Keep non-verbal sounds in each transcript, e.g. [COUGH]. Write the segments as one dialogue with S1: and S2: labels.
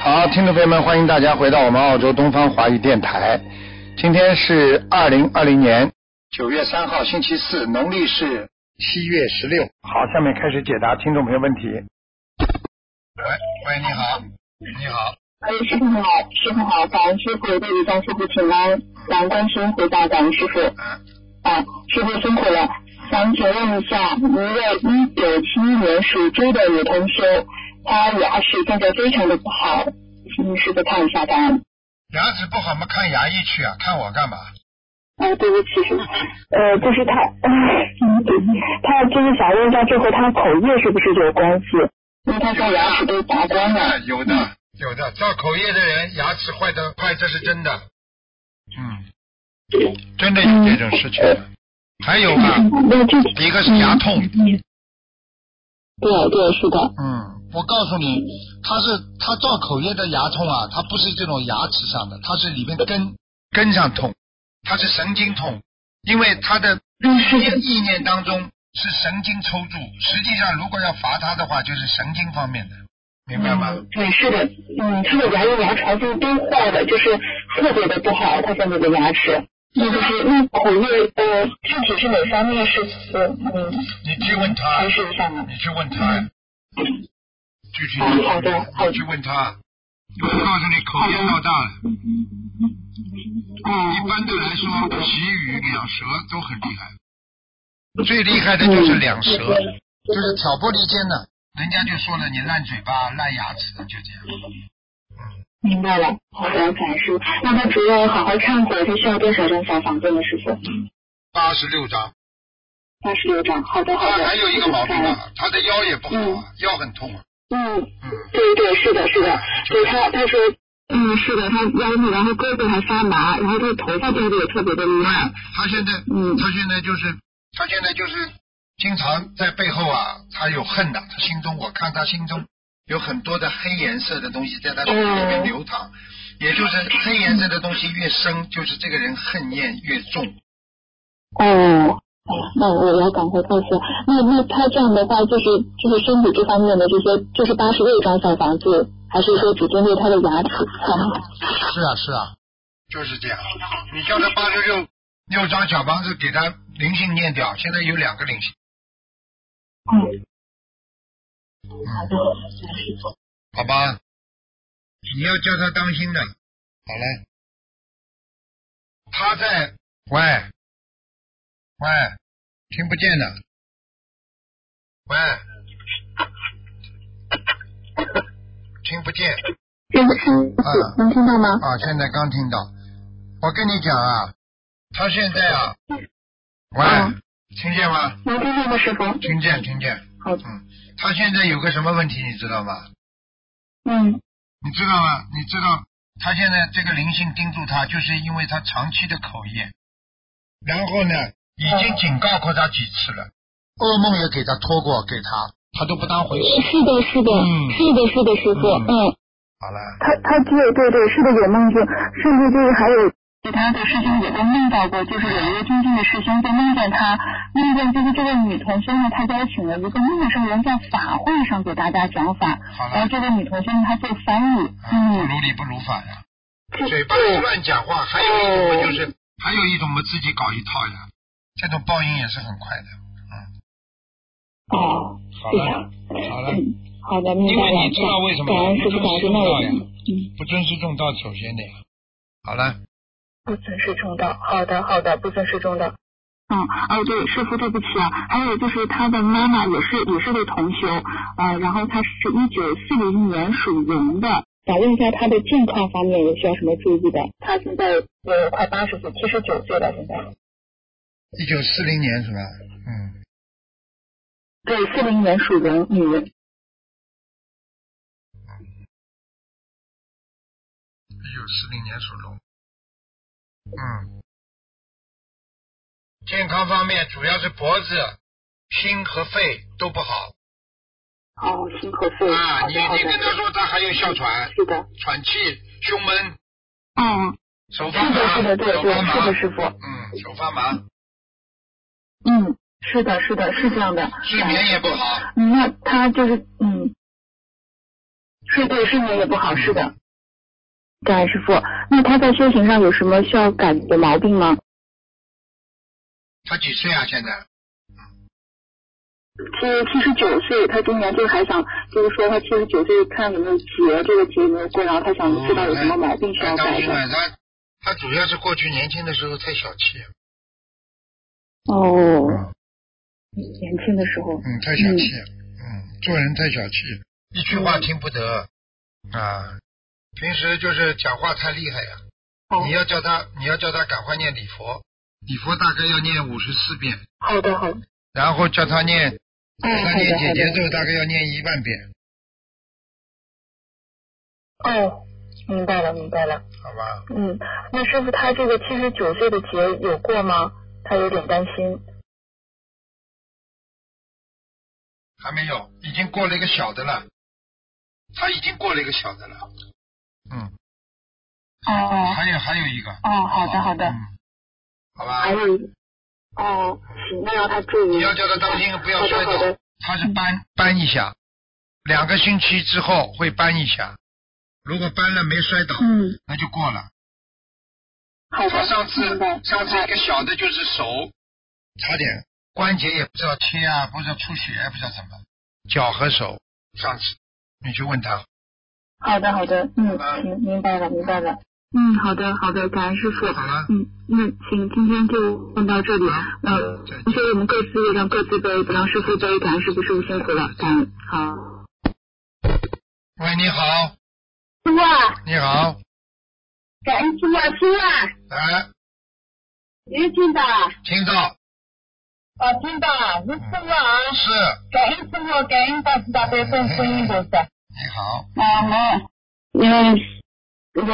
S1: 好，听众朋友们，欢迎大家回到我们澳洲东方华语电台。今天是二零二零年九月三号，星期四，农历是七月十六。好，下面开始解答听众朋友问题。喂，喂，你好，你好，
S2: 哎，师傅好，师傅好，感恩师傅对你向师傅请安，感恩观世音菩萨，感恩师傅。啊，师傅辛苦了。想请问一下，一位一九七一年属猪的女同修，她牙齿现在非常的不好，请师傅看一下答案。
S1: 牙齿不好嘛，看牙医去啊，看我干嘛？
S2: 啊，对不起，师傅，呃，就是她， [LAUGHS] 嗯，对，她就是想问一下，这和她口业是不是有关系？因为她说牙齿都拔光了。
S1: 哎有的，有的，造口业的人牙齿坏的坏，这是真的。嗯，真的有这种事情的。还有啊，
S2: 那嗯这
S1: 一个是牙痛，
S2: 对对是的，
S1: 嗯，我告诉你，它是它造口业的牙痛啊，它不是这种牙齿上的，它是里面根根上痛，它是神经痛，因为它的意念意念当中是神经抽搐，实际上如果要罚它的话，就是神经方面的，明白吗？
S2: 嗯对，是的，嗯，他的牙龈、牙床就都坏了，就是特别的不好，他现在的牙齿。那就是那口业，呃，具体是哪方面是呃嗯
S1: 你去问他
S2: 还，是上的？
S1: 你去问他，具体
S2: 嗯好的好
S1: 你去问他，我告诉你，口业闹大了。一
S2: 嗯
S1: 般的来说，其余两舌都很厉害，
S2: 嗯
S1: 最厉害的就是两舌，就是挑拨离间的。人家就说了，你烂嘴巴、烂牙齿，就这样。
S2: 明白了，好的，感师。那他除了好好忏悔，他需要多少张小房子呢？师傅？
S1: 嗯八十六张，
S2: 八十六张。好的，好
S1: 他
S2: 的。
S1: 还有一个毛病
S2: 嗯
S1: 啊，他的腰也不好啊，腰很痛啊。
S2: 嗯，
S1: 嗯，
S2: 对对，是的，是的，
S1: 就
S2: 对
S1: 是
S2: 他他说，嗯，是的，他腰部然后胳膊还发麻，然后他的头发掉的也特别的厉害。
S1: 他现在，
S2: 嗯
S1: 他现在就是，他现在就是经常在背后啊，他有恨的，他心中我看他心中有很多的黑颜色的东西在他身体里面流淌，也就是黑颜色的东西越深，就是这个人恨念越重。
S2: 哦。哦，那我我要赶快看一下。那那他这样的话，就是就是身体这方面的这些，就是八十六张小房子，还是说只针对他的牙齿？
S1: 是啊，是啊，就是这样。你叫他八十六六张小房子给他灵性念掉，现在有两个灵性。
S2: 嗯，
S1: 嗯，好吧。你要叫他当心的。好嘞。他在喂喂，听不见的。喂，听不见。
S2: 师傅，
S1: 啊
S2: 能听到吗？
S1: 啊，现在刚听到。我跟你讲啊，他现在啊，喂，
S2: 嗯
S1: 听见吗？
S2: 能听到吗，师傅？
S1: 听见，听见。
S2: 好的
S1: 嗯，他现在有个什么问题，你知道吗？
S2: 嗯，
S1: 你知道吗？你知道他现在这个灵性盯住他，就是因为他长期的口业，然后呢，已经警告过他几次了，噩梦也给他托过，给他，他都不当回事。
S2: 是的，是的，
S1: 嗯
S2: 是的，是的，师傅，
S1: 嗯
S2: 嗯。
S1: 好了。
S2: 他他对对对，是的有梦境，甚至就是还有其他的师兄也都梦到过，就是有一个尊敬的师兄就梦见他，梦见就是这位女同修呢，她邀请了一个陌生人在法会上给大家讲法，
S1: 好了
S2: 然后这位女同修呢她做翻译，
S1: 不
S2: 嗯，
S1: 如理不如法呀，
S2: 这
S1: 嘴巴里乱讲话，还有一种就是，还有一种我们自己搞一套呀，这种报应也是很快的。
S2: 哦，
S1: 好
S2: 对
S1: 了
S2: 呀，，
S1: 好了，
S2: 嗯，好的，明白
S1: 因为
S2: 了
S1: 你知道为什么，
S2: 感恩
S1: 你
S2: 师
S1: 都
S2: 傅，感
S1: 知
S2: 恩那
S1: 道
S2: 我
S1: 呀
S2: 嗯。
S1: 不尊师重道首先的呀。好了，
S2: 不尊师重道，好的好的，不尊师重道。嗯，哎，对，师傅对不起啊，还有就是他的妈妈也是也是位同修，呃，然后他是一九四零年属龙的，想问一下他的健康方面有需要什么注意的？他现在呃快八十岁，七十九岁了现在。
S1: 一九四零年是吧？嗯，
S2: 对，四零年属龙女人。
S1: 一九四零年属龙。嗯，健康方面主要是脖子、心和肺都不好
S2: 哦，心和肺。
S1: 啊。
S2: 好
S1: 你
S2: 的好
S1: 你跟他
S2: 的。
S1: 说，他还有哮喘、
S2: 是的。
S1: 喘气、胸闷、
S2: 嗯，
S1: 手发
S2: 是的，
S1: 麻，
S2: 是的，对
S1: 手
S2: 对，
S1: 发麻，
S2: 是的，师傅。
S1: 嗯，手发麻，
S2: 嗯，是的，是的，是这样的。
S1: 睡眠也不好，
S2: 嗯，那他就是嗯，是对睡眠也不好，是的，感恩师傅。那他在修行上有什么需要改的毛病吗？
S3: 他几岁啊？现在？
S2: 七七十九岁，他今年就还想，就是说他七十九岁看有没有结这个结有没有过，然后他想知道有什么毛病需要
S3: 他当
S2: 改
S3: 心
S2: 的。
S3: 了，他他主要是过去年轻的时候太小气了，
S2: 哦，
S3: 嗯
S2: 年轻的时候，
S3: 嗯，太小气了，嗯，做人太小气，一句话听不得啊，平时就是讲话太厉害呀、
S2: 好
S3: 你，要叫他，你要叫他赶快念礼佛，礼佛大概要念五十四遍，嗯
S2: 好的，好的，
S3: 然后叫他念，
S2: 哎，
S3: 他
S2: 好
S3: 念
S2: 的，
S3: 姐
S2: 好
S3: 姐
S2: 的，
S3: 咒大概要念一万遍，
S2: 哦，明白了，明白了。
S3: 好吧？
S2: 嗯，那师傅他这个七十九岁的劫有过吗？他有点担心。
S3: 还没有，已经过了一个小的了，他已经过了一个小的了，嗯，
S2: 哦哦
S3: 还有还有一个，
S2: 哦，好的好
S3: 嗯，好吧，
S2: 还有一哦，行，那让他注意。
S3: 你要叫他当心，不要摔
S2: 好的好
S3: 倒
S2: 的。
S3: 他是搬搬一下，两个星期之后会搬一下。如果搬了没摔倒，
S2: 嗯，
S3: 那就过了。
S2: 好
S3: 他
S2: 的，
S3: 上次
S2: 明白。
S3: 上次一个小的就是手，差点关节也不知道贴啊，不知道出血，不知道怎么，脚和手。上次你去问他，
S2: 好的好的，嗯，
S3: 嗯
S2: 行，明白了明白了。嗯，好的好的，感恩师傅。
S3: 好了，
S2: 嗯，那请今天就问到这里。
S3: 好
S2: 呃，
S3: 再见。
S2: 所以我们各自让各自背，不让师傅背，感恩师傅，师傅辛苦了，感恩。好。
S3: 喂，你好，
S2: 师傅啊，
S3: 你好，
S2: 感恩师傅啊，师傅啊，
S3: 哎，
S2: 您听到啊？
S3: 听到
S2: 哦，听到啊，是师傅啊，
S3: 是，
S2: 感恩师傅，感恩大慈大悲观世音菩萨。
S3: 你好，
S2: 啊，我嗯，我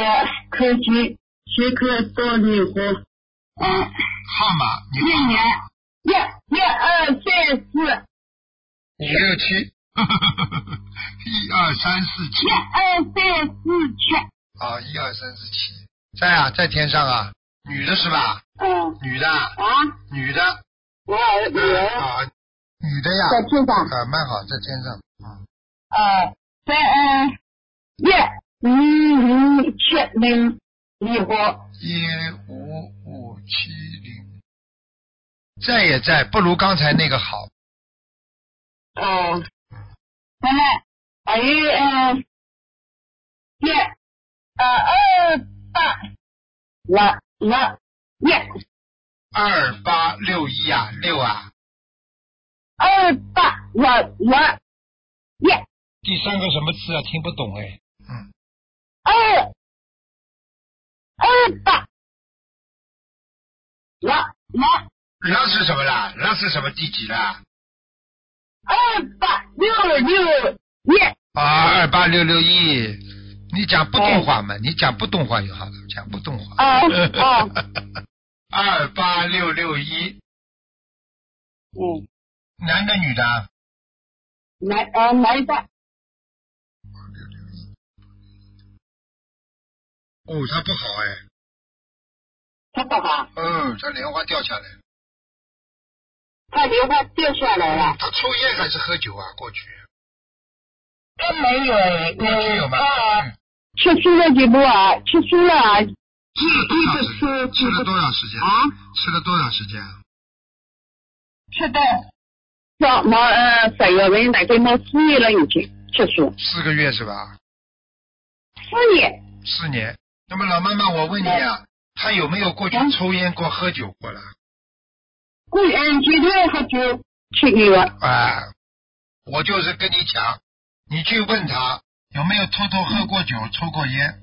S2: 科学学科多年的，嗯，
S3: 号码你
S2: 一年一一二三四，
S3: 五六七，一二三四七
S2: 一二三四七，
S3: 啊，一二三四七，在啊，在天上啊，女的是吧？啊
S2: 嗯
S3: 女的，
S2: 啊，
S3: 女的，
S2: 我儿子
S3: 啊，女的
S2: 在
S3: 呀，
S2: 天上，
S3: 啊，蛮好，在天上，嗯，
S2: 呃，在嗯一五五七零离婚，
S3: 一五五七零，在也在，不如刚才那个好，
S2: 哦，那么还有嗯一呃二八六六一。
S3: 二八六一啊，六啊，
S2: 二八我我一
S3: 第三个什么字啊？听不懂哎，嗯，
S2: 二二八我我
S3: 那是什么啦？那是什么第几啦？
S2: 二八六六一
S3: 啊，二八六六一，你讲不动话嘛？你讲不动话就好了，讲不动话。
S2: 哦哦，
S3: [LAUGHS] 二八六六一，
S2: 嗯，
S3: 男的女的啊？
S2: 来呃来吧，
S3: 哦，他不好哎，
S2: 他不好，
S3: 哦，他莲花掉下来。
S2: 他莲花掉下来了，
S3: 他抽烟还是喝酒啊？过去，
S2: 他没有哎，
S3: 过去有吗？嗯
S2: 吃素了几不啊？吃素了啊？
S3: 多
S2: 一
S3: 长时
S2: 直
S3: 嗯间吃了多长时间？
S2: 啊？
S3: 吃了多长时间啊？
S2: 吃的，说我呃十月份大概我四月了已经吃素，
S3: 四个月是吧？
S2: 四月
S3: 四年。那么老妈妈，我问你啊，他有没有过去
S2: 嗯
S3: 抽烟过、喝酒过了？
S2: 我嗯今天喝酒吃药了。
S3: 哎，我就是跟你讲，你去问他有没有偷偷喝过酒、抽过烟。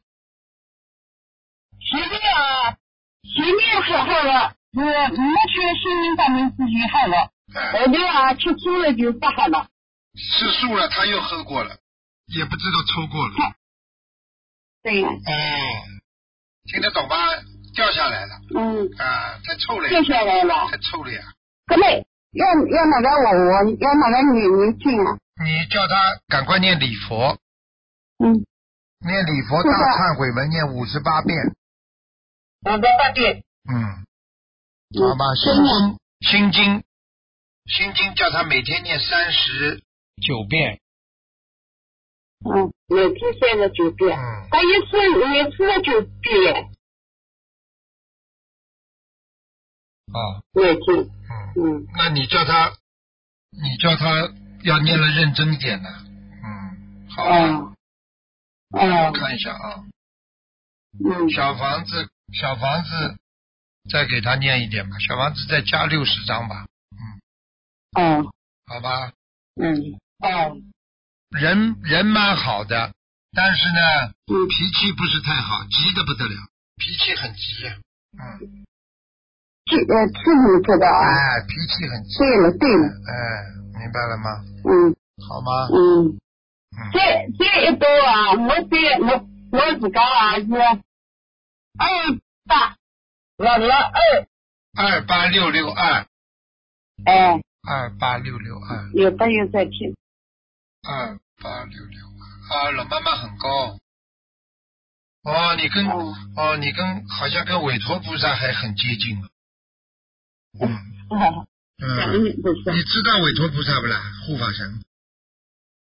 S2: 前面啊，前面喝好了，我没去心灵大门自己好了，
S3: 哎，
S2: 后头啊吃素了就不好了。
S3: 吃素了，他又喝过了，也不知道抽过了。
S2: 对，
S3: 哦，听得懂吧？掉下来了
S2: 嗯，
S3: 啊，太臭了呀
S2: 掉，下来了。
S3: 太臭了呀！
S2: 各位，要要哪个我我要哪个女女性啊？
S3: 你叫他赶快念礼佛，
S2: 嗯，
S3: 念礼佛大忏悔文，念五十八遍。
S2: 我在那边。
S3: 嗯，
S2: 嗯
S3: 好吧，
S2: 真
S3: 心
S2: 的
S3: 经，心经，心经，叫他每天念三十九遍。
S4: 嗯，每天睡了九遍，
S3: 嗯，
S4: 他一次也吃了九遍，
S3: 啊，
S4: 每天，
S3: 嗯，
S4: 嗯，
S3: 那你叫他，你叫他要念的认真一点的，嗯，好，
S4: 哦，哦，
S3: 看一下啊，
S4: 嗯，
S3: 小房子，小房子，再给他念一点吧，小房子再加六十张吧，
S4: 哦，
S3: 好吧，
S4: 嗯，哦，
S3: 人人蛮好的，但是呢，
S4: 嗯，
S3: 脾气不是太好，急得不得了，脾气很急呀、嗯，
S4: 这呃，这么做的啊？
S3: 哎，脾气很急，
S4: 对了对了，
S3: 哎，明白了吗？
S4: 嗯
S3: 好吗？
S4: 嗯。这
S3: 嗯，
S4: 这一周啊，我这我我几个啊是二八老了二，
S3: 二八六六二，
S4: 哎，
S3: 二八六六二。
S4: 有的有在听，
S3: 二八六六啊，老妈妈很高。哦，你跟
S4: 哦
S3: 哦，你跟好像跟韦陀菩萨还很接近啊。嗯嗯，
S4: 嗯不是，
S3: 你知道韦陀菩萨不啦？护法神，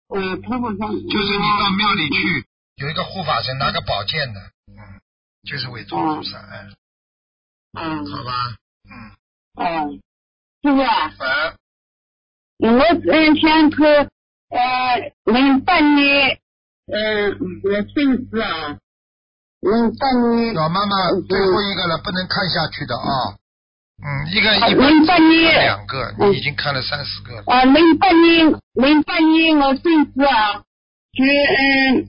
S4: 我头发上
S3: 就是你到庙里去有一个护法神拿个宝剑的，嗯，就是韦陀菩萨，嗯，
S4: 嗯
S3: 好吧，嗯，
S4: 嗯，是不是啊？
S3: 啊，
S4: 我嗯想去呃零八年嗯我孙子啊，零八年
S3: 老妈妈
S4: 嗯
S3: 最后一个了，不能看下去的啊。嗯，一个一般
S4: 零八年
S3: 两个，
S4: 嗯
S3: 你已经看了三四个了。
S4: 啊，零八年，零八年我孙子啊，去嗯，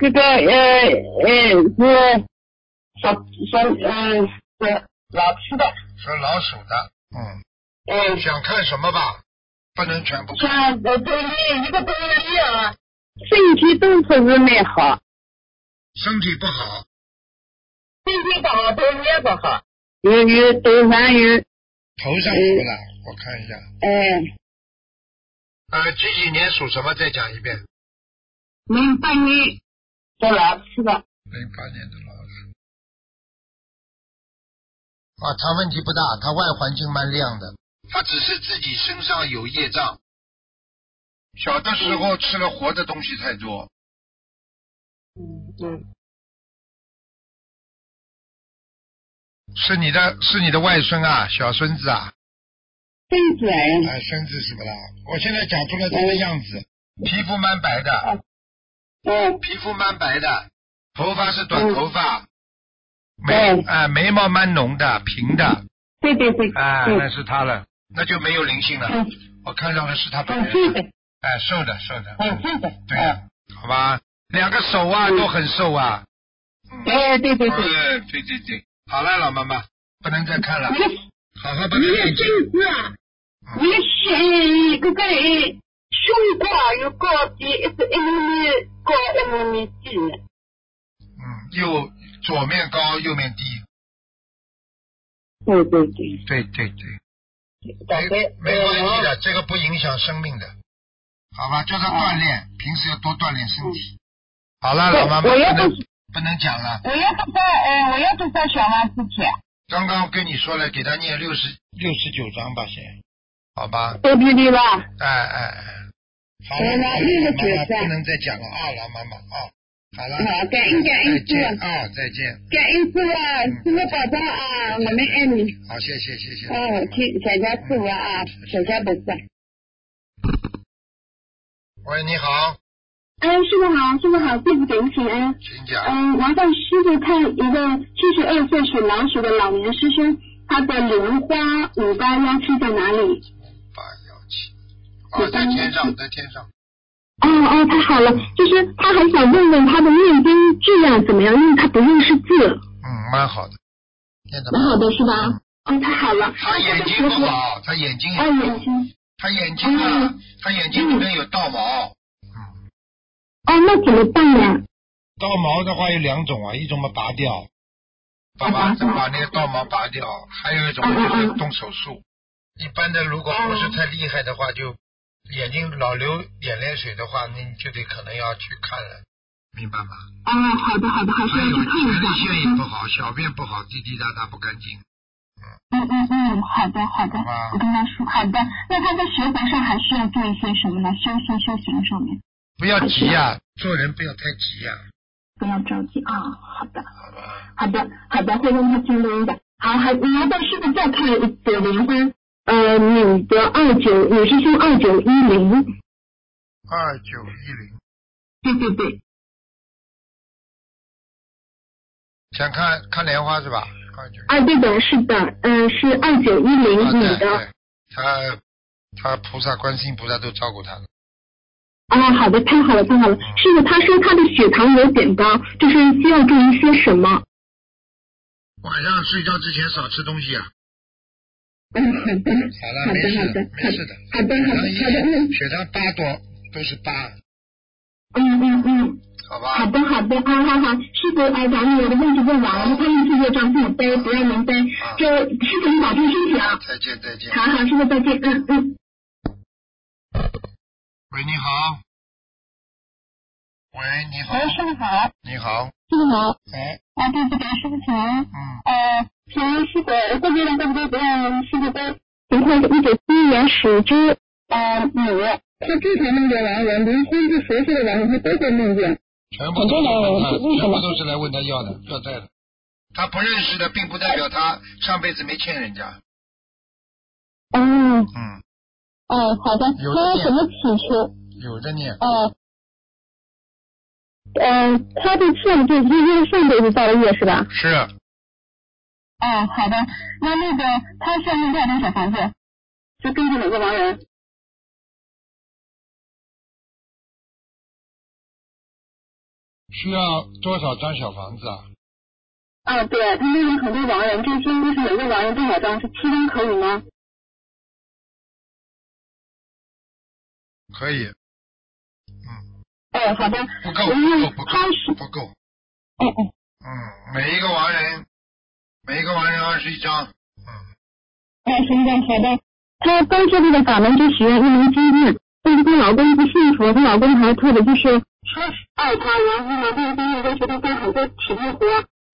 S4: 这个呃呃是小小嗯是老吃的，
S3: 说老鼠的，嗯。
S4: 嗯，
S3: 想看什么吧，不能全部看。
S4: 像呃都一一个多月啊，身体都不是蛮好，
S3: 身体不好，
S4: 身体不好，都也不好，有有都上有，
S3: 头上什么了？我看一下。
S4: 哎，
S3: 呃，几几年属什么？再讲一遍。
S4: 零八年的老吃的，
S3: 零八年的老鼠。啊，他问题不大，他外环境蛮亮的，他只是自己身上有业障。小的时候吃了活的东西太多，
S4: 嗯嗯，
S3: 是你的，是你的外孙啊，小孙子啊，
S4: 孙子哎，
S3: 啊，孙子是不啦？我现在讲出来他的样子，皮肤蛮白的，
S4: 嗯
S3: 哦皮肤蛮白的，头发是短头发，眉
S4: 嗯
S3: 啊、眉毛蛮浓的，平的
S4: 对对对，
S3: 啊、
S4: 对
S3: 那是他了，那就没有灵性了。
S4: 嗯
S3: 我看上的哦是他本
S4: 嗯
S3: 人，
S4: 对的，
S3: 哎、瘦的瘦的，
S4: 嗯对的，
S3: 对的，好吧，两个手啊、
S4: 嗯
S3: 都很瘦啊，
S4: 哎，对对对，
S3: 哎对对对，好了，老妈妈，不能再看了，
S4: 你的
S3: 好好把
S4: 你
S3: 它
S4: 的
S3: 念经，
S4: 身子啊，你的胸这个哎胸部啊有高低，一直一厘米高一厘米低，
S3: 嗯，右左面高，右面低，
S4: 对对对，
S3: 对对对。
S4: 大概
S3: 没问题的，这个不影响生命的，好吧？就是锻炼，平时要多锻炼身体。哦嗯好了，老妈妈
S4: 我要
S3: 不
S4: 不
S3: 能不能讲了。
S4: 我要不在呃我要不在小王之前，
S3: 刚刚跟你说了，给他念六十六十九章吧，先，好吧？
S4: 对对对吧？
S3: 哎哎哎，好了，
S4: 好了
S3: 老妈妈
S4: 69章
S3: 不能再讲了啊，老妈妈啊，好了，
S4: 好感恩感
S3: 再
S4: 恩师
S3: 见
S4: 傅，
S3: 啊，再见，
S4: 感恩师傅，师傅保重啊，我们爱你。
S3: 好，谢谢谢谢。
S4: 哦，请小家师傅啊，小家不是。
S3: 喂，你好，
S4: 哎，师傅好，师傅好，弟子给您请安。
S3: 请讲。
S4: 嗯，麻烦师傅看一个七十二岁属老鼠的老年师兄，他的莲花五八幺七在哪里？
S3: 八幺七，啊，在天上，在天上。
S4: 哦哦，太好了，就是他很想问问他的念经质量怎么样，因为他不认识字，
S3: 嗯，蛮好的，念的
S4: 蛮好的是吧？哦，太好了。
S3: 他眼睛不好，他眼睛也
S4: 哦，
S3: 不
S4: 眼
S3: 好，
S4: 睛。
S3: 他眼睛啊
S4: 嗯，
S3: 他眼睛里面有倒毛。
S4: 哦，那怎么办呀？
S3: 倒毛的话有两种啊，一种嘛拔掉，把把
S4: 啊拔掉
S3: 把那个倒毛拔掉，还有一种
S4: 嗯嗯
S3: 就是
S4: 嗯
S3: 动手术。一般的如果不是太厉害的话，就眼睛老流眼泪水的话，那你就得可能要去看了，明白吗？
S4: 哦，好的好的，还是
S3: 还
S4: 要
S3: 有
S4: 去看
S3: 前
S4: 一
S3: 列
S4: 下。
S3: 腺也不好，小便不好，滴滴答答不干净，
S4: 嗯嗯嗯，好的好的
S3: 好，吧
S4: 我？跟他说好的。那他在学佛上还需要做一些什么呢？修行修行上面。
S3: 不要急呀、做人不要太急啊呀、
S2: 不要着急啊、好的，
S3: 好吧？
S2: 好的，好的，会让他听录音的。好，还麻烦师傅再看一组莲花，呃，你的二九，你是说二九一零？
S3: 二九一零，
S2: 对对对，
S3: 想看看莲花是吧？二九。
S2: 啊，对的，是的，嗯、是二九一零
S3: 啊，
S2: 你的。
S3: 对对，他他菩萨、观世音菩萨都照顾他了。
S2: 啊，好的，太好了，太好了。师傅他说他的血糖有点高，就是需要注意些什么？
S3: 晚上睡觉之前少吃东西啊。
S2: 嗯，好的，
S3: 好
S2: 好的
S3: 了，没事
S2: 好的
S3: 没事的。
S2: 好的，好的，好的，嗯
S3: 血糖八多都是八，
S2: 嗯嗯嗯。
S3: 好
S2: 好
S3: 吧？
S2: 的，好的，啊，好好，师傅，哎，咱们我的问题问完了，他们这些账自己背，不让您背，就师傅你保重身体啊。
S3: 再见再见。
S2: 好好，师傅再见，嗯嗯。
S3: 喂，你好。喂，你好，
S2: 师傅好，
S3: 你好。
S2: 师傅好，
S3: 哎，
S2: 啊，对不起，师傅请安。
S3: 嗯，
S2: 呃，请问师傅，会不会让对不对？不让师傅背。情况是一九七一年属猪，呃，女。她经常梦见亡人，离婚不熟悉的亡人，她都会梦见。
S3: 全部都是来问他，
S2: 很多人为什
S3: 全
S2: 么
S3: 部都是来问他要的，要债的。他不认识的，并不代表他上辈子没欠人家。
S2: 哦，
S3: 嗯，
S2: 哦，好的，
S3: 有
S2: 那
S3: 点
S2: 怎么祈求？
S3: 有的念。
S2: 哦，呃，他的欠就是因为上辈子造的业是吧？
S3: 是，
S2: 哦，好的。那那个他现在在多少房子？就跟着哪个亡人？
S3: 需要多少张小房子啊？
S2: 啊，对，他那个很多亡人，这些就是每个亡人多少张？是七张可以吗？
S3: 可以，
S2: 哦，好的。
S3: 不够，
S2: 嗯
S3: 不够，不
S2: 他是
S3: 够，不够。
S2: 哦哦，
S3: 嗯，每一个亡人，每一个亡人二十一张。嗯，
S2: 哦，行的，好的。她刚接触的法门就许愿一门精进，但是她老公不信佛，她老公还特别就是说爱她，然后呢，她就是在学她干很多体力活，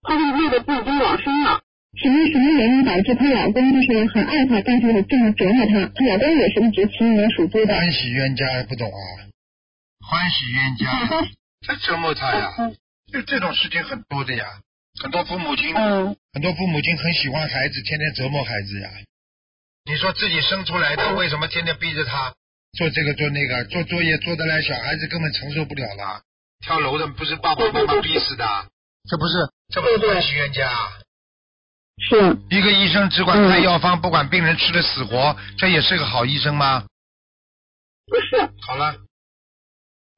S2: 她就累得自己都往生了。什么什么原因导致她老公就是很爱她，但是这么折磨她？她老公也是一直七一年属猪的。
S3: 欢喜冤家还不懂啊？欢喜冤
S2: [LAUGHS]
S3: 家，这折磨他呀！
S2: 嗯
S3: 就啊这种事情很多的呀，很多父母亲，
S2: 嗯
S3: 很多父母亲很喜欢孩子，天天折磨孩子呀。你说自己生出来的，为什么天天逼着他做这个做那个，做作业做得来，小孩子根本承受不了了。跳楼的不是爸爸妈妈逼死的，这不是这不是欢喜冤家啊。
S2: 是，
S3: 一个医生只管开药方，不管病人吃的死活，这也是个好医生吗？
S2: 不是，
S3: 好了，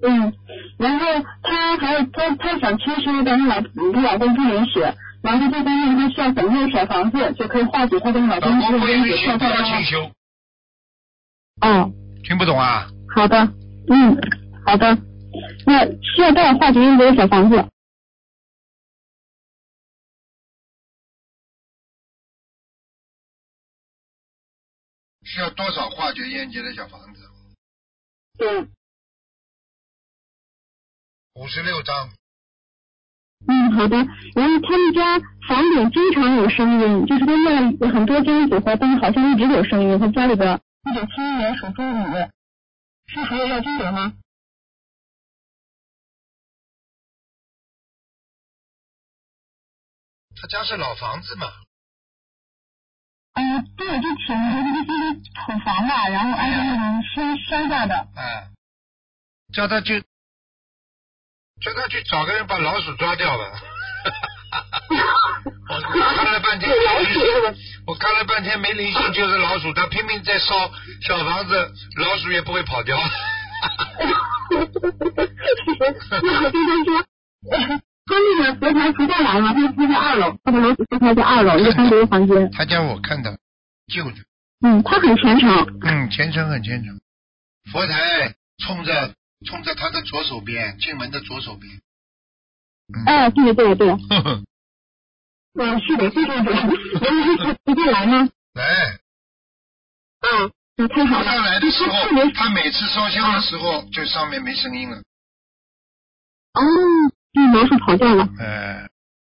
S2: 嗯，然后她还有她她想轻生，但是老她老公不允许，然后她在问她需要怎么样小房子就可以化解她跟老
S3: 老
S2: 公之
S3: 公不
S2: 间
S3: 允
S2: 的
S3: 许
S2: 状
S3: 不
S2: 态
S3: 要清修，
S2: 哦，
S3: 听不懂啊？
S2: 好的，嗯，好的，那需要多少化解用的小房子？
S3: 需要多少化学烟结的小房子？
S2: 对，
S3: 嗯五十六张，
S2: 嗯，好的。然后他们家房顶经常有声音，就是他卖了很多间组合，但是好像一直有声音。他家里边。一九七一年属猪女，是还有要金者吗？
S3: 他家是老房子嘛？
S2: 嗯，对，就挺就是就是土房吧，然后哎挨着那种山山下的。
S3: 哎，叫他去，叫他去找个人把老鼠抓掉吧。我看了半天，我看了半天没灵性就是老鼠，他拼命在烧小房子，老鼠也不会跑掉。
S2: 那我跟他说，他那个佛台不在来嘛，他他在二楼，他的楼佛台在二楼，一个单独的房间。
S3: 他叫我看到救的，
S2: 嗯，他很虔诚。
S3: 嗯，虔诚很虔诚。佛台冲着冲着他的左手边，进门的左手边。
S2: 哎，对对对，
S3: 呵呵，
S2: 嗯，是的，非常准。然后他不再来吗？
S3: 来。
S2: 嗯，那太好
S3: 他
S2: 了。嗯
S3: 来的时
S2: 他特别
S3: 候，他每次烧香的时候，就上面没声音了。
S2: 哦，嗯，老鼠跑掉了。
S3: 哎，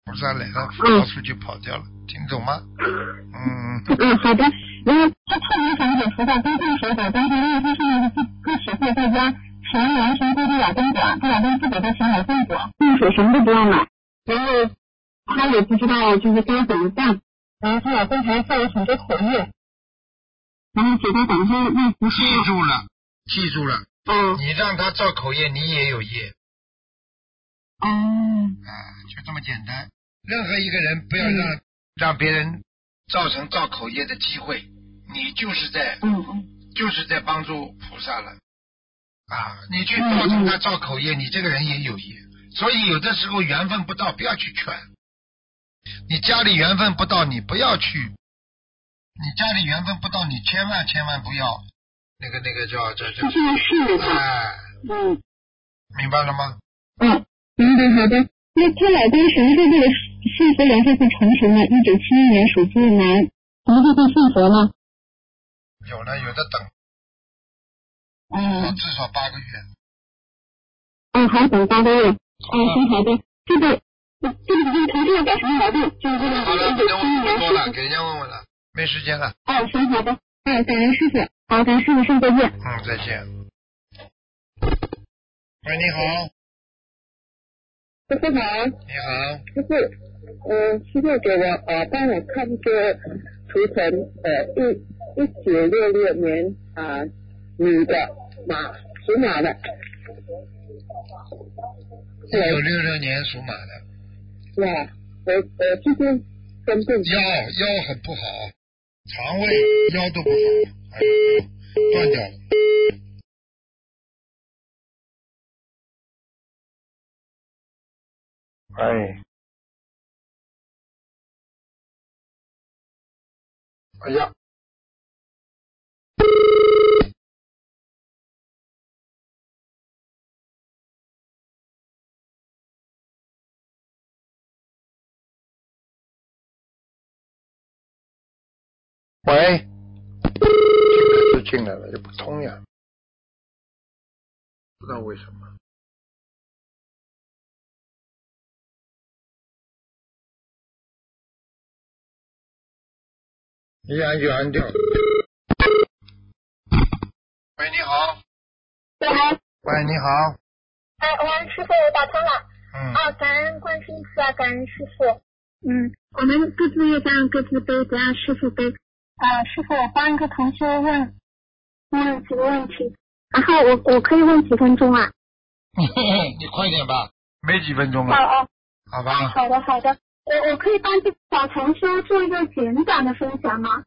S3: 菩萨来了，老鼠就跑掉了，听懂吗？嗯，
S2: 嗯，好的。然后他特别想给菩萨多看水果，但是因为他现在是自自始会在家神元神龟这两根管，这两根自己的神我种过，
S4: 净水什么都不要买，
S2: 然后
S4: 他也不知道就是该怎么办。
S2: 然后这两根还放了很多头叶，然后姐姐等一下那不是，
S3: 记住了，记住了，
S2: 嗯，
S3: 你让他造口业，你也有业
S2: 哦，
S3: 啊，就这么简单。任何一个人不要让、让别人造成造口业的机会，你就是在
S2: 嗯嗯，
S3: 就是在帮助菩萨了啊！你去
S2: 嗯
S3: 造成他造口业，你这个人也有业，所以有的时候缘分不到，不要去劝。你家里缘分不到，你不要去；你家里缘分不到，你千万千万不要那个那个叫叫
S2: 他现在
S3: 叫
S2: 嗯是的，
S3: 哎，
S2: 嗯。
S3: 明白了吗？
S2: 嗯，明白好的。那他老公什么时候这个信佛缘分会成熟呢？一九七一年属猪的男，什么时候会信佛呢？
S3: 有了，有的等，
S2: 嗯，
S3: 至少八个月。
S2: 嗯，还等八个月。
S5: 哦
S2: 嗯，行好的。这个，这个这个同事要改什么毛病？就是这个嗯
S3: 好了，
S2: 一
S3: 不
S2: 九
S3: 能
S2: 七
S3: 问
S2: 一年
S3: 这么多
S2: 属
S3: 了，
S2: 猪。
S3: 给人家问问了，没时间了。
S2: 哦，行好的。哎，感恩师傅，好，感恩师傅，上再见。
S3: 嗯，再见。喂，你好，
S2: 师傅好，
S3: 你好，
S2: 师傅，嗯，师傅给我呃帮我看一个图腾，呃，一一九六六年啊、女的马属马的，
S3: 一九
S2: 对，
S3: 六六年属马的，
S2: 哇，我我最近生病，
S3: 腰腰很不好，肠胃腰都不好，哎呦，断掉了。哎，哎呀，喂，进来就进来了，就不通呀，不知道为什么。一按就按掉。喂，你好。喂，你好。
S5: 哎，王师傅，我打通了。
S3: 嗯，
S5: 啊，感恩观世音菩萨，感恩师傅。嗯，我们各自业障各自背，不让师傅背。啊，师傅，我帮一个同学问问几个问题，然后我我可以问几分钟啊？
S3: [LAUGHS] 你快点吧，没几分钟
S5: 哦
S3: 了，
S5: 哦，
S3: 好吧？
S5: 好的好的。我我可以帮这小同修做一个简短的分享吗？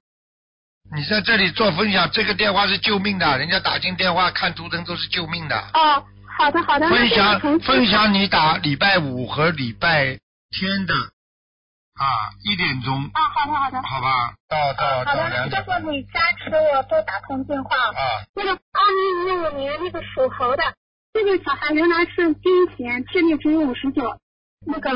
S3: 你在这里做分享，这个电话是救命的，人家打进电话看图腾都是救命的。
S5: 哦，好的好的。那这
S3: 分
S5: 个
S3: 享
S5: 同修
S3: 分享你打礼拜五和礼拜天的啊一点钟，
S5: 啊，好的好的。
S3: 好吧？到到
S5: 好
S3: 到两
S5: 的，
S3: 点
S5: 师傅你加持我多打通电话。
S3: 啊，
S5: 那个二零零五年那个属猴的，这个小孩原来是癫痫，智力只有五十九，那个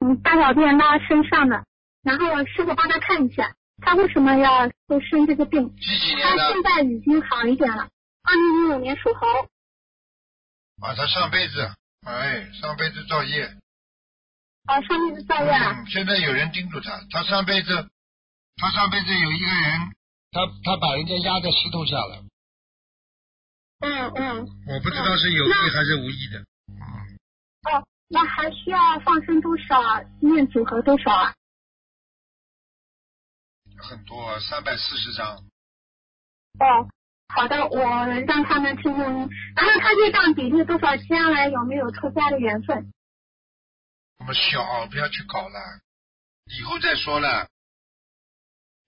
S5: 嗯大小便拉身上的，然后我师傅帮他看一下，他为什么要会生这个病？
S3: 几几年的
S5: 他？现在已经好一点了。二零零五年属猴，
S3: 啊，他上辈子，哎，上辈子造业。
S5: 啊，上辈子造业啊，
S3: 嗯，现在有人盯住他，他上辈子，他上辈子有一个人，他他把人家压在石头下了，
S5: 嗯嗯，
S3: 我不知道是有意还是无意的。
S5: 哦，那还需要放生多少啊？念组合多少啊？
S3: 很多，三百四十张。
S5: 哦，好的，我让他们听录音。然后他业障比例多少？将来有没有出家的缘分？
S3: 那么小，不要去搞了，以后再说了。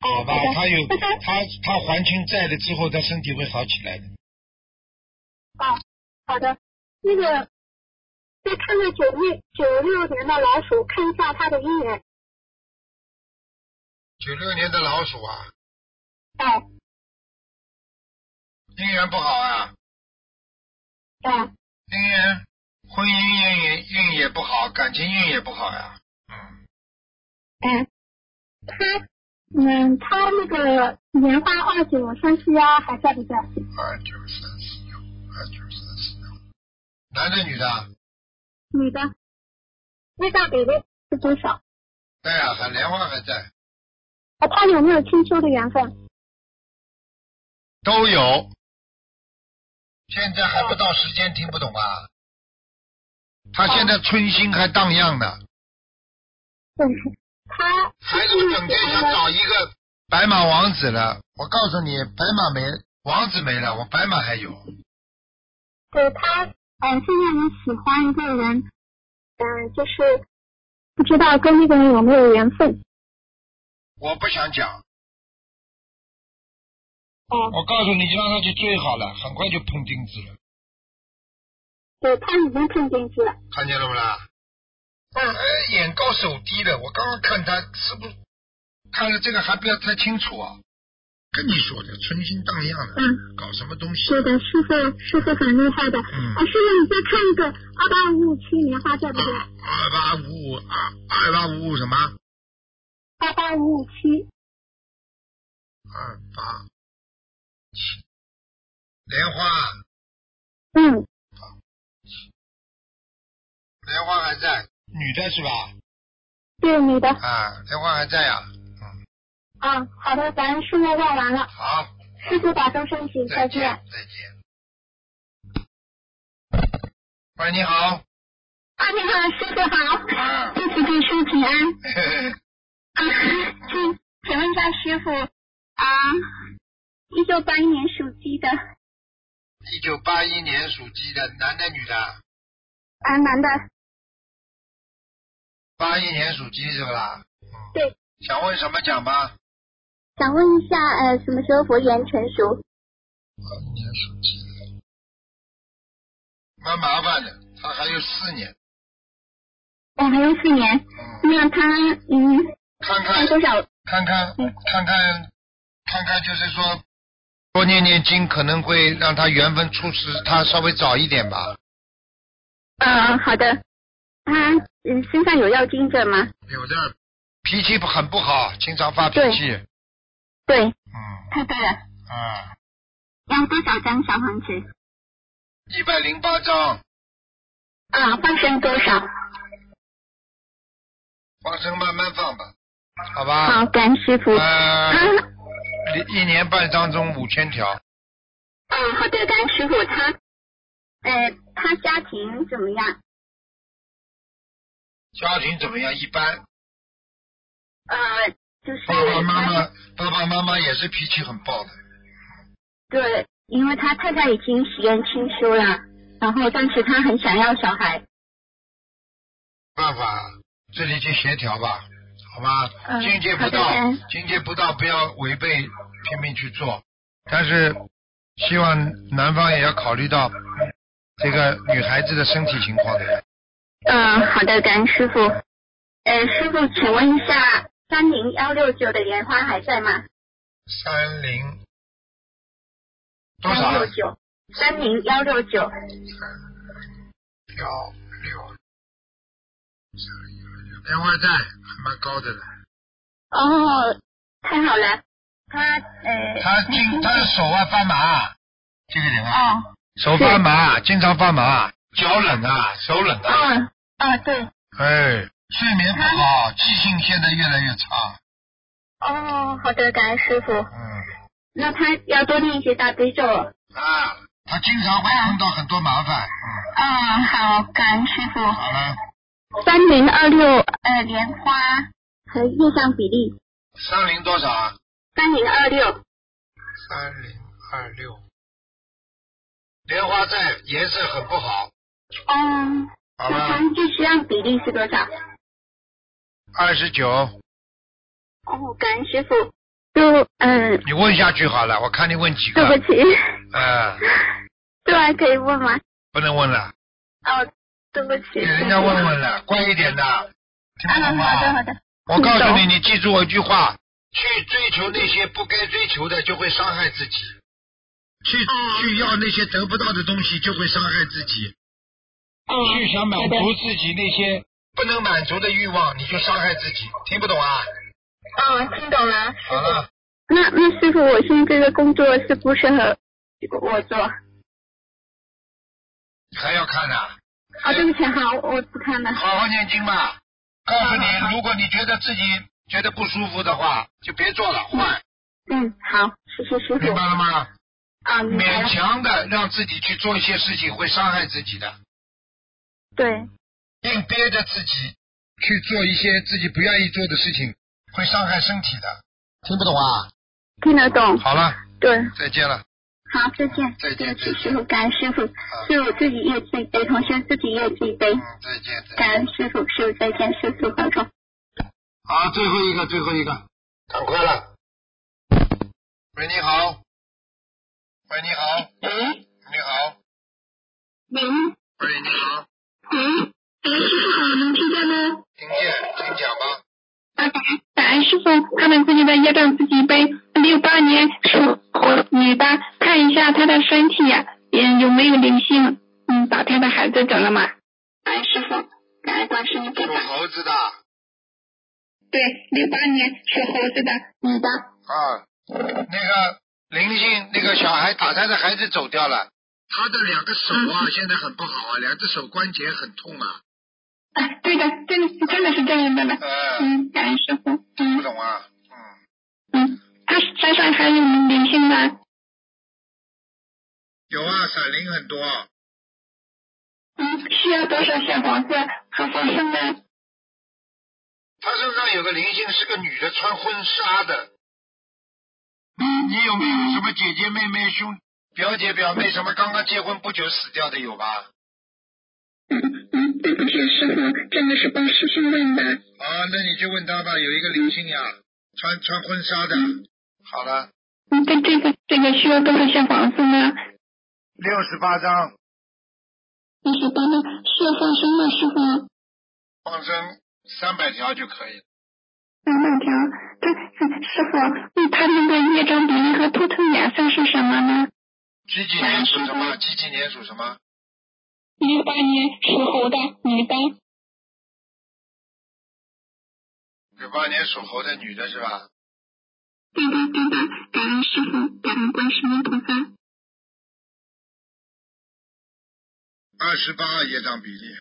S3: 好吧，他有他他还清债了之后，他身体会好起来的。
S5: 哦，好的，那个再看看九六九六年的老鼠，看一下它的姻缘。
S3: 九六年的老鼠啊，
S5: 哎
S3: 姻缘不好啊，
S5: 哎
S3: 姻缘婚姻运也运也不好，感情运也不好呀、嗯，
S5: 哎，它嗯，它那个莲花二九三四幺还在不在？
S3: 二九三四幺，二九三四幺，男的女的？
S5: 女的，业障比例是多少？
S3: 对啊，还莲花还在，
S5: 啊，它有没有清修的缘分？
S3: 都有。现在还不到时间，听不懂啊？他现在春心还荡漾呢，
S2: 他
S3: 还是整天想找一个白马王子了。我告诉你，白马没，王子没了，我白马还有。
S2: 对他，呃，现在我喜欢一个人，嗯、就是不知道跟那个人有没有缘分。
S3: 我不想讲，
S2: 哦、
S3: 我告诉你，让他去追好了，很快就碰钉子了，
S2: 对他已经碰钉子了。
S3: 看见了不啦？
S2: 嗯，
S3: 哎，眼高手低的，我刚刚看他是不是看了这个还不要太清楚啊？跟你说的，春心荡漾的，
S2: 嗯
S3: 搞什么东西？
S2: 是的，师傅，师傅很厉害的。
S3: 嗯
S2: 啊，师傅，你再看一个二八五五七莲花叫不叫？
S3: 二八五五二二八五五什么？
S2: 二八五五七，
S3: 二八七莲花，
S2: 嗯，
S3: 莲花还在，女的是吧？
S2: 对，女的。
S3: 啊，莲花还在呀、嗯，
S2: 啊，好的，咱师傅问完了，
S3: 好，
S2: 师傅保重身体，再
S3: 再见，
S2: 见。
S3: 再见。喂，你好。
S2: 啊，你好，师傅好，
S3: 嗯
S2: 弟子给师傅请安。啊，请请问一下师傅啊，一九八一年属鸡的
S3: [LAUGHS]
S2: 呃
S3: 一九八一年属鸡的，男的女的？
S2: 啊男的，
S3: 八一年属鸡是不啦？嗯
S2: 对。
S3: 想问什么讲吧？
S2: 想问一下呃什么时候佛缘成熟？
S3: 八一年属鸡的，蛮麻烦的，他还有四年。
S2: 我哎还有四年，
S3: 嗯，
S2: 那他嗯
S3: 看
S2: 还
S3: 看
S2: 有多少？
S3: 看看
S2: 嗯
S3: 看看看看，就是说多念念经可能会让他缘分出世，他稍微早一点吧。
S2: 呃，好的，他嗯身上有要经者吗？
S3: 有的脾气不很不好，经常发脾气。
S2: 对，
S3: 嗯
S2: 太对了，
S3: 啊，
S2: 要多少张小房子？
S3: 一百零八章
S2: 啊，放生多少？
S3: 放生慢慢放吧，好吧？
S2: 好，感恩师傅。
S3: 呃
S2: 啊，
S3: 一一年半当中五千条，
S2: 嗯，好的，感恩师傅。他，呃，他家庭怎么样？
S3: 家庭怎么样？一
S2: 嗯
S3: 般。
S2: 呃，就是
S3: 爸爸哦妈妈，爸爸妈妈也是脾气很暴的。
S2: 对，因为他太太已经许愿清修了，然后但是他很想要小孩。
S3: 办法，这里去协调吧，好吧？
S2: 嗯
S3: 境界不
S2: 好
S3: 到
S2: 的嗯，
S3: 境界不到，不要违背，拼命去做。但是，希望男方也要考虑到这个女孩子的身体情况的。
S2: 嗯，好的，感恩师傅。呃，师傅，请问一下，三零幺六九的莲花还在吗？
S3: 三零多
S2: 三
S3: 少？啊
S2: 六九，三零幺六九。
S3: 幺六，莲花在，还蛮高的呢。
S2: 哦，太好了，他呃，
S3: 他经他的手啊发麻，这个人啊，
S2: 哦，
S3: 手发麻，经常发麻，脚冷啊，手冷啊，
S2: 嗯，啊，对，
S3: 哎，睡眠不好，记性现在越来越差，
S2: 哦，好的，感恩师傅。
S3: 嗯，
S2: 那他要多练一些大悲咒。啊，
S3: 啊，他经常会碰到很多麻烦，嗯，
S2: 好，感恩师傅。
S3: 好了，
S2: 三零二六，呃，莲花和月相比例，
S3: 三零多少啊？
S2: 三零二六，
S3: 三零二六，莲花在颜色很不好，
S2: 嗯，那
S3: 好吧
S2: 他，月相比例是多少？
S3: 二十九，
S2: 哦，感恩师傅。就嗯，
S3: 你问下去好了，我看你问几
S2: 对
S3: 个，
S2: 不起， [LAUGHS]
S3: 嗯，
S2: 这还可以问吗？
S3: 不能问了，
S2: 哦，对不起。
S3: 给人家问问了，乖一点的，听不懂
S2: 嗯，好的
S3: 吗
S2: 好？的。
S3: 我告诉你，你记住我一句话：去追求那些不该追求的，就会伤害自己；去去要那些得不到的东西，就会伤害自己；
S2: 哦啊
S3: 去想满足自己那些不能满足的欲望，你就伤害自己。听不懂啊？
S2: 嗯，听懂了。
S3: 好了，
S2: 那那师傅，我现在这个工作适不适合我做？
S3: 还要看啊？
S2: 啊，对不起，好，我不看了。
S3: 好好念经吧。告诉你，如果你觉得自己觉得不舒服的话，就别做了，换，
S2: 嗯，好，谢谢师傅
S3: 明。白了吗？
S2: 啊，
S5: 啊，明白了
S3: 勉。强的让自己去做一些事情，会伤害自己的。
S5: 对，
S3: 硬憋着自己去做一些自己不愿意做的事情，会伤害身体的。听不懂啊？
S5: 听得懂。
S3: 好了，
S5: 对，
S3: 再见了。
S5: 好，再见。
S3: 再见
S5: 对不
S3: 啊
S5: 起师傅，感恩师傅，是我自己越自己背，同学自己越自己背
S3: 嗯。，再见。再见
S5: 感恩师傅，师傅再见，师傅保重。
S3: 好，最后一个，最后一个，赶快了。喂，你好。喂，你好。你好。
S4: 喂喂
S3: 喂，你好。
S4: 喂喂，师傅好，能听见吗？
S3: 听见，请讲吧。
S4: 啊，感恩师傅，他们自己的业障自己背。六八年属猴女的，看一下她的身体，嗯，有没有灵性？嗯，打胎的孩子走了吗？感恩师傅，感恩观世音菩
S3: 属
S4: 萨。
S3: 猴子的。
S4: 对，六八年属猴子的女的，
S3: 啊，那个灵性，那个小孩打胎的孩子走掉了，他的两个手啊，现在很不好啊，两只手关节很痛啊。
S4: 啊，对的，真的是真的是这样的了。
S3: 嗯，
S4: 嗯，感恩师傅。
S3: 不
S4: 嗯
S3: 懂啊，嗯，
S4: 嗯，她身上还有灵性吗？
S3: 有啊，闪灵很多啊，
S4: 嗯，需要多少小房子和放生呢？
S3: 他身上有个灵性，是个女的，穿婚纱的。
S4: 嗯
S3: 你有没有什么姐姐、妹妹、兄、表姐、表妹什么刚刚结婚不久死掉的有吧？
S4: 嗯嗯，对不起，师傅，真的是帮师兄问的。
S3: 啊，那你去问他吧，有一个灵性呀，穿穿婚纱的。好了，
S4: 嗯，这这个这个需要多少小房子呢？
S3: 六十八章
S4: 那是帮他需要放生吗，师傅？
S3: 放生三百条就可以了。
S4: 三百嗯条。他师傅，那他那个业障比例和图腾颜色是什么呢？
S3: 几几年属什么？几几年属什么？
S4: 一八年属猴的女的。
S3: 九八年属猴的女的是吧？
S4: 对的对的，感恩师傅，感恩观世音菩萨。
S3: 二十八业障比例，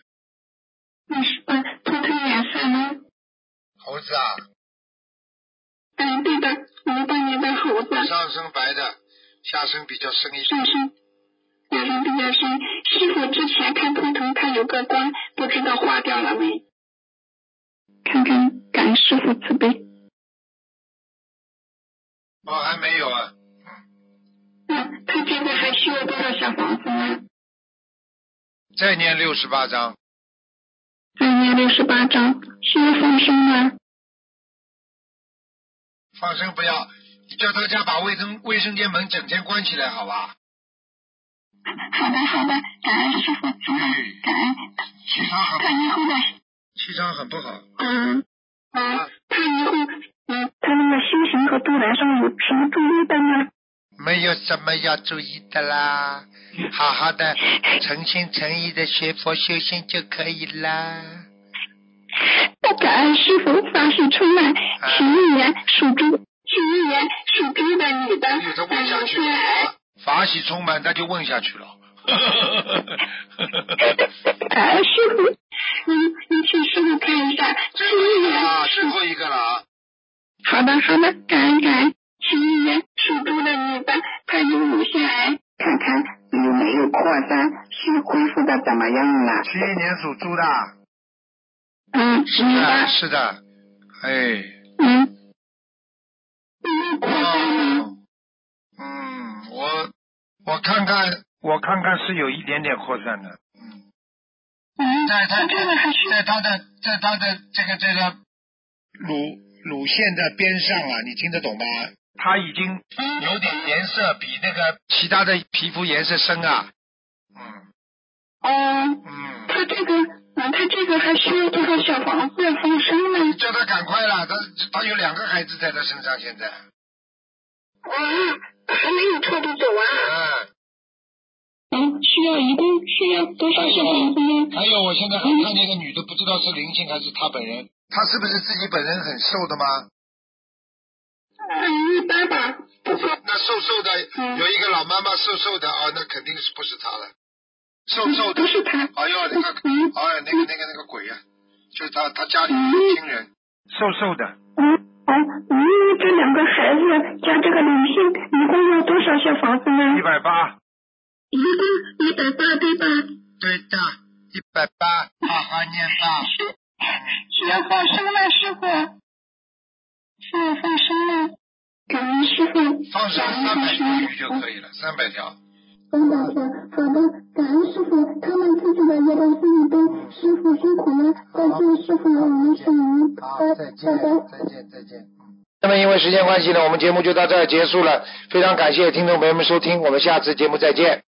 S4: 那是呃图腾颜色呢？
S3: 猴子啊，
S4: 嗯，对的，一八年的猴子。
S3: 上身白的，下身比较深一些。
S4: 上身，下身比较深。师傅之前看图腾，它有个光，不知道化掉了没？看看，感恩师傅慈悲。
S3: 哦，还没有啊，
S4: 那嗯他现在还需要多少小房子呢？
S3: 再念六十八章，
S4: 三年六十八张，需要放生吗？
S3: 放生不要，叫大家把卫生卫生间门整天关起来，好吧？
S4: 好的，好的，感恩师傅，感恩。
S3: 气场很，
S4: 他以后的，
S3: 气场很不好。
S4: 嗯，嗯，他以后，嗯，他那个修行和度人上有什么注意的呢？
S3: 没有什么要注意的啦，好好的诚心诚意的学佛修心就可以啦。
S4: [LAUGHS] 那感恩师傅法喜充满，
S3: 哎
S4: 十一年属猪，十一年属猪的女的，
S3: 有的问下去啊
S4: 嗯
S3: 了，法喜充满，那就问下去 [LAUGHS] 了。
S4: 感恩师傅，你你请师傅看一下，十
S3: 啊，
S4: 一年
S3: 最
S4: 属
S3: 后一个了啊，
S4: 好的好的，感恩感恩，十一年属猪的女的，她有乳腺癌，看看有没有扩散，是恢复的怎么样了？
S3: 七一年属猪的，
S4: 嗯，
S3: 是啊
S4: 女
S3: 的，
S4: 的，
S3: 是的，哎，
S4: 嗯，有没有扩散呢？
S3: 哦，嗯，我我看看，我看看是有一点点扩散的，嗯，
S4: 嗯，
S3: 在他
S4: 那这个还是
S3: 在他的在他的这个这个乳乳腺的边上了，你听得懂吗？它已经有点颜色比那个其他的皮肤颜色深啊，嗯
S4: 哦。
S3: 嗯。
S4: 他这个，嗯，他这个还需要多少小房子放生呢？
S3: 叫他赶快啦，他他有两个孩子在他身上现在。
S4: 啊，还没有彻底走完。啊
S3: 嗯，
S4: 嗯，需要一共需要多少小房子呢？
S3: 还有我现在还看见一个女的，不知道是灵性还是她本人。她是不是自己本人很瘦的吗？
S4: 嗯，一般吧。不错。
S3: 那瘦瘦的，
S4: 嗯
S3: 有一个老妈妈瘦瘦的啊，那肯定是不是她了。瘦瘦
S4: 嗯
S3: 的
S4: 不，是他。
S3: 哎呦那个，
S4: 嗯
S3: 哎那个那个那个鬼呀、啊，就是她她家里
S4: 嗯
S3: 有亲人，瘦瘦的，
S4: 嗯哦，您这两个孩子加这个灵性，一共要多少小房子
S3: 一？
S4: 呢
S3: 百八，
S4: 一共一百八对吧？
S3: 对的，一百八，好好念吧。
S4: 需要放生了，师傅。需要放生了。感恩师傅，
S3: 放生
S4: 感
S3: 三
S4: 恩
S3: 百
S4: 师
S3: 条鱼就
S4: 傅，
S3: 可以了，三百条。
S4: 三百条，好的，感恩师傅，他们自己的业都自己背，师傅辛苦了，再见，师傅，我们是您，呃拜拜。
S3: 再见，再见。那么因为时间关系呢，我们节目就到这儿结束了。非常感谢听众朋友们收听，我们下次节目再见。